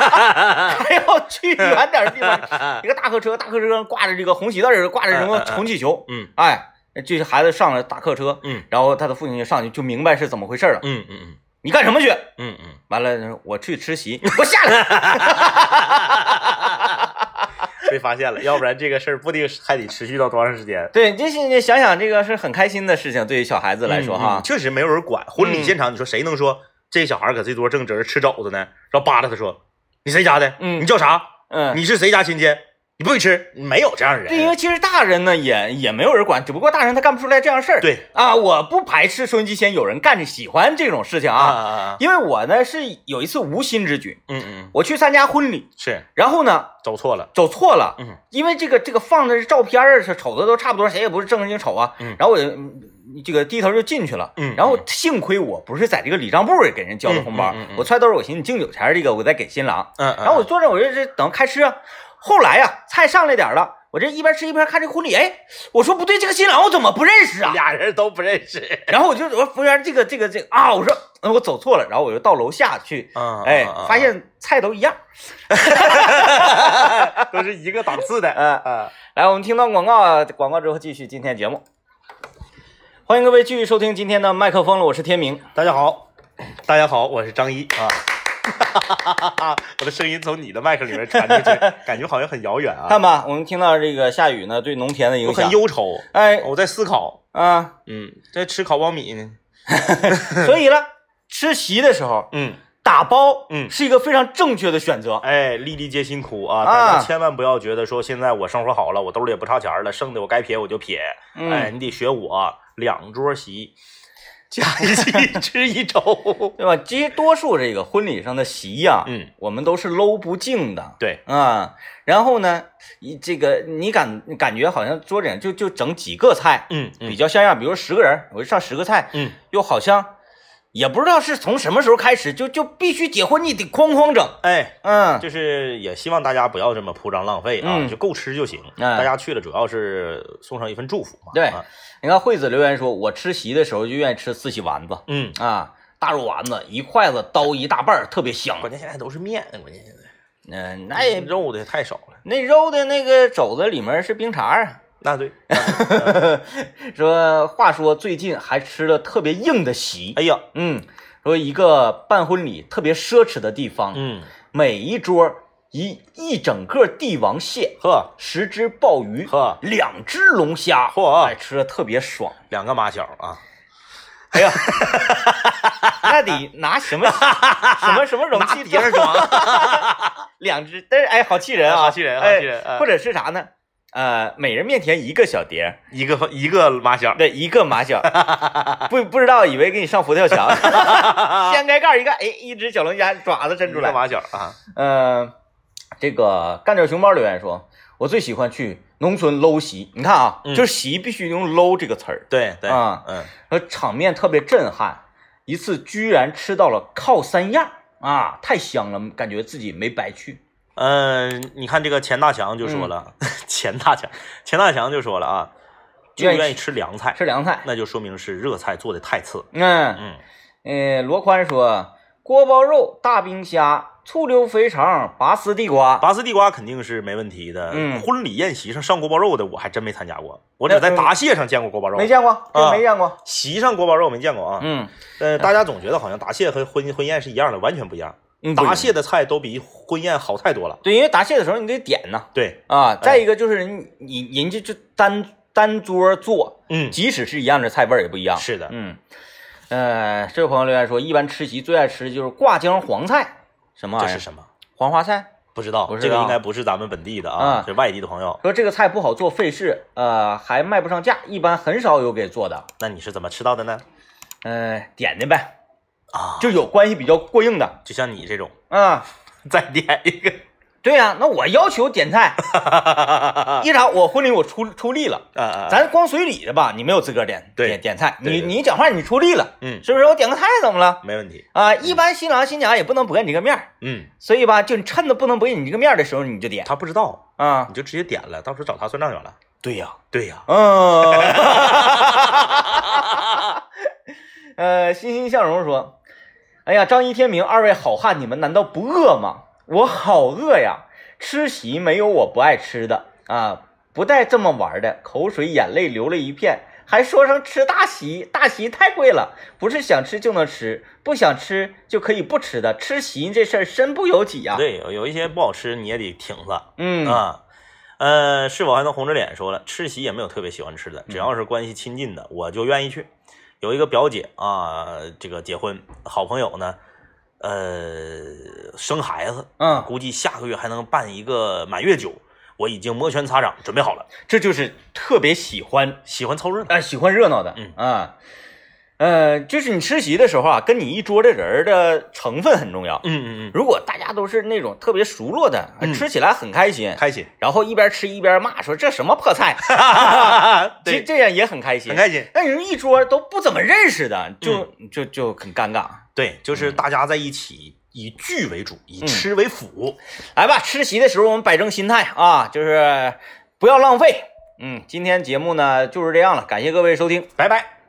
Speaker 1: 还要去远点儿的地方。一个大客车，大客车上挂着这个红旗字儿，挂着什么红气球。
Speaker 2: 嗯
Speaker 1: 哎，这孩子上了大客车，
Speaker 2: 嗯
Speaker 1: 然后他的父亲就上去就明白是怎么回事了。
Speaker 2: 嗯嗯
Speaker 1: 你干什么去？
Speaker 2: 嗯嗯
Speaker 1: 完了，他说我去吃席， 我下来。
Speaker 2: 嗯，被发现了，要不然这个事儿不定还得持续到多长时间。
Speaker 1: 对，这是你想想，这个是很开心的事情，对于小孩子来说
Speaker 2: 嗯嗯
Speaker 1: 哈。
Speaker 2: 确实没有人管。婚礼现场，你说谁能说这小孩搁这桌正搁这吃肘子呢？然后扒拉他说：“你谁家的？
Speaker 1: 嗯
Speaker 2: 你叫啥？
Speaker 1: 嗯，
Speaker 2: 你是谁家亲戚？你不许吃！”没有这样的
Speaker 1: 对，因为
Speaker 2: 人。
Speaker 1: 其实大人呢也也没有人管，只不过大人他干不出来这样事儿。
Speaker 2: 对
Speaker 1: 啊，我不排斥收音机前有人干喜欢这种事情
Speaker 2: 啊
Speaker 1: 啊，
Speaker 2: 啊啊！
Speaker 1: 因为我呢是有一次无心之举，
Speaker 2: 嗯嗯，
Speaker 1: 我去参加婚礼，
Speaker 2: 是
Speaker 1: 然后呢
Speaker 2: 走错了。
Speaker 1: 走错了，
Speaker 2: 嗯
Speaker 1: 因为这个这个放的照片儿是瞅着都差不多，谁也不是正儿经瞅啊，
Speaker 2: 嗯
Speaker 1: 然后我就嗯这个低头就进去了。
Speaker 2: 嗯，
Speaker 1: 然后幸亏我不是在这个礼账部儿给人交的红包，
Speaker 2: 嗯嗯嗯嗯
Speaker 1: 我揣兜儿，我寻思敬酒钱儿这个我再给新郎，
Speaker 2: 嗯，
Speaker 1: 然
Speaker 2: 然
Speaker 1: 后我坐着，我就这等开吃啊。后来呀、菜上来点儿了，我这一边吃一边看这婚礼，哎，我说不对，这个新郎我怎么不认识啊？
Speaker 2: 俩人都不认识。
Speaker 1: 然后我就我说服务员，这个这个这个啊，我说呃我走错了，然后我就到楼下去，
Speaker 2: 嗯，
Speaker 1: 哎
Speaker 2: 嗯嗯，
Speaker 1: 发现菜都一样。
Speaker 2: 都是一个档次的。
Speaker 1: 嗯
Speaker 2: 啊，
Speaker 1: 来，我们听到广告啊，广告之后继续今天节目。欢迎各位继续收听今天的麦克风了，我是天明。
Speaker 2: 大家好，大家好，我是张一啊。 我的声音从你的麦克里面传进去，感觉好像很遥远啊。
Speaker 1: 看吧，我们听到这个下雨呢对农田的
Speaker 2: 我
Speaker 1: 影
Speaker 2: 很
Speaker 1: 响。
Speaker 2: 忧愁，
Speaker 1: 哎
Speaker 2: 我在思考，
Speaker 1: 啊，
Speaker 2: 嗯，在吃烤苞米呢。
Speaker 1: 所以呢，吃席的时候
Speaker 2: 嗯，
Speaker 1: 打包，
Speaker 2: 嗯
Speaker 1: 是一个非常正确的选择。
Speaker 2: 哎，粒粒皆辛苦啊！
Speaker 1: 啊
Speaker 2: 大家千万不要觉得说现在我生活好了，我兜里也不差钱了，剩的我该撇我就撇。
Speaker 1: 嗯
Speaker 2: 哎，你得学我，两桌 席加一起吃一周。
Speaker 1: 对吧？其实多数这个婚礼上的席呀、
Speaker 2: 嗯，
Speaker 1: 我们都是搂不净的，
Speaker 2: 对，
Speaker 1: 啊、然后呢，一这个你感感觉好像桌顶就就整几个菜，
Speaker 2: 嗯
Speaker 1: 比较像样，比如十个人，我就上十个菜，
Speaker 2: 嗯，
Speaker 1: 又好像也不知道是从什么时候开始，就就必须结婚，你得哐哐整，
Speaker 2: 哎，
Speaker 1: 嗯，
Speaker 2: 就是也希望大家不要这么铺张浪费啊，
Speaker 1: 嗯
Speaker 2: 就够吃就行。
Speaker 1: 哎
Speaker 2: 大家去了主要是送上一份祝福嘛。
Speaker 1: 对
Speaker 2: 啊、
Speaker 1: 你看惠子留言说，我吃席的时候就愿意吃四喜丸子
Speaker 2: 嗯，
Speaker 1: 啊，大肉丸子一筷子刀一大半儿，特别香，
Speaker 2: 关键现在都是面，关键现在
Speaker 1: 嗯、那也
Speaker 2: 肉的太少了。
Speaker 1: 那肉的那个肘子里面是冰碴儿啊。
Speaker 2: 那对，
Speaker 1: 说，话说最近还吃了特别硬的席，
Speaker 2: 哎呀，
Speaker 1: 嗯，说一个办婚礼特别奢侈的地方，
Speaker 2: 嗯，
Speaker 1: 每一桌一一整个帝王蟹，
Speaker 2: 呵
Speaker 1: 十只鲍鱼，
Speaker 2: 呵，
Speaker 1: 两只龙虾，
Speaker 2: 嚯
Speaker 1: 哎，吃的特别爽。
Speaker 2: 两个马小啊，
Speaker 1: 哎呀， 那得拿什 么什么什么容
Speaker 2: 拿
Speaker 1: 器
Speaker 2: 碟儿装，
Speaker 1: 两只，但是哎，好气人啊，
Speaker 2: 好气人，好
Speaker 1: 哎
Speaker 2: 气人，哎
Speaker 1: 或者是啥呢？呃，每人面前一个小碟儿，
Speaker 2: 一个一个马小，
Speaker 1: 对，一个马小， 不不知道以为给你上佛跳墙， 掀开盖儿一看，哎，一只小龙虾爪子伸出
Speaker 2: 一个
Speaker 1: 来。
Speaker 2: 马小啊，
Speaker 1: 嗯，这个干掉熊猫留言说，我最喜欢去农村搂席。你看啊，
Speaker 2: 嗯
Speaker 1: 就是席必须用搂这个词儿，
Speaker 2: 对对，
Speaker 1: 啊
Speaker 2: 嗯，
Speaker 1: 呃，场面特别震撼。一次居然吃到了靠山药啊，太香了，感觉自己没白去。
Speaker 2: 嗯，你看这个钱大强就说了，
Speaker 1: 嗯
Speaker 2: 钱大强，钱大强就说了啊，就
Speaker 1: 愿意
Speaker 2: 愿意吃凉菜，
Speaker 1: 吃凉菜。
Speaker 2: 那就说明是热菜做的太次。
Speaker 1: 嗯，
Speaker 2: 嗯，
Speaker 1: 呃，罗宽说锅包肉、大冰虾、醋溜肥肠、拔丝地瓜。
Speaker 2: 拔丝地瓜肯定是没问题的。
Speaker 1: 嗯呃
Speaker 2: 婚礼宴席上上锅包肉的，我还真没参加过，我只在答谢上见过锅包肉，
Speaker 1: 没见过，这个
Speaker 2: 啊
Speaker 1: 没见过。
Speaker 2: 席上锅包肉没见过啊。
Speaker 1: 嗯，
Speaker 2: 呃，大家总觉得好像答谢和婚婚宴是一样的，完全不一样。
Speaker 1: 嗯
Speaker 2: 答谢的菜都比婚宴好太多了。
Speaker 1: 对，因为答谢的时候你得点呐
Speaker 2: 对，
Speaker 1: 啊。再一个就是人你人家就单单桌做，
Speaker 2: 嗯，
Speaker 1: 即使是一样的菜味儿也不一样。
Speaker 2: 是的，
Speaker 1: 嗯，呃，这位朋友留言说，一般吃席最爱吃的就是挂浆黄菜，什么玩
Speaker 2: 这
Speaker 1: 意
Speaker 2: 是
Speaker 1: 儿？
Speaker 2: 什么？
Speaker 1: 黄花菜。
Speaker 2: 不知道
Speaker 1: 哎不，知
Speaker 2: 这个
Speaker 1: 道
Speaker 2: 应该不是咱们本地的
Speaker 1: 啊
Speaker 2: 啊，是外地的朋友。
Speaker 1: 说这个菜不好做，费事，呃，还卖不上价，一般很少有给做的，
Speaker 2: 那你是怎么吃到的呢？
Speaker 1: 呃，点的呗，
Speaker 2: 啊，
Speaker 1: 就有关系比较过硬的，
Speaker 2: 就像你这种，
Speaker 1: 啊，
Speaker 2: 再点一个
Speaker 1: 对呀、那我要求点菜，
Speaker 2: 啊
Speaker 1: 一啥我婚礼我出出力了，
Speaker 2: 啊啊！
Speaker 1: 咱光随礼的吧，你没有资格点
Speaker 2: 对
Speaker 1: 点点菜，
Speaker 2: 对
Speaker 1: 你
Speaker 2: 对
Speaker 1: 你讲话你出力了，
Speaker 2: 嗯，
Speaker 1: 是不是？我点个菜怎么了？
Speaker 2: 没问题。
Speaker 1: 啊，一般新郎新娘也不能不给你这个面儿，
Speaker 2: 嗯，
Speaker 1: 所以吧，就你趁着不能不给你这个面儿的时候，你就点
Speaker 2: 他不知道，
Speaker 1: 啊。
Speaker 2: 你就直接点了，到时候找他算账去了。
Speaker 1: 对呀、
Speaker 2: 对呀，
Speaker 1: 嗯， 呃，欣欣向荣说：“哎呀，张一天明，二位好汉，你们难道不饿吗？我好饿呀！吃席没有我不爱吃的啊，不带这么玩的，口水眼泪流了一片，还说成吃大席，大席太贵了，不是想吃就能吃，不想吃就可以不吃的，吃席这事儿身不由己呀、
Speaker 2: 对，有有一些不好吃你也得挺着
Speaker 1: 嗯
Speaker 2: 啊。呃，是否还能红着脸说了，吃席也没有特别喜欢吃的，只要是关系亲近的，我就愿意去。有一个表姐啊，这个结婚，好朋友呢，呃，生孩子，
Speaker 1: 嗯，
Speaker 2: 估计下个月还能办一个满月酒，我已经摩拳擦掌准备好了，
Speaker 1: 这就是特别喜欢
Speaker 2: 喜欢凑热闹。
Speaker 1: 哎，喜欢热闹的，
Speaker 2: 嗯
Speaker 1: 啊，呃，就是你吃席的时候啊，跟你一桌的人儿的成分很重要。
Speaker 2: 嗯嗯
Speaker 1: 如果大家都是那种特别熟络的，啊
Speaker 2: 嗯
Speaker 1: 吃起来很开心
Speaker 2: 嗯，，开心，
Speaker 1: 然后一边吃一边骂说这什么破菜，这
Speaker 2: 对，
Speaker 1: 这样也很开心
Speaker 2: 很。开心。嗯
Speaker 1: 那你说一桌都不怎么认识的，就、就就很尴尬。
Speaker 2: 对，就是大家在一起以聚为主，以吃为辅。
Speaker 1: 来吧，吃席的时候我们摆正心态啊，就是不要浪费。嗯，今天节目呢就是这样了，感谢各位收听。
Speaker 2: 拜拜。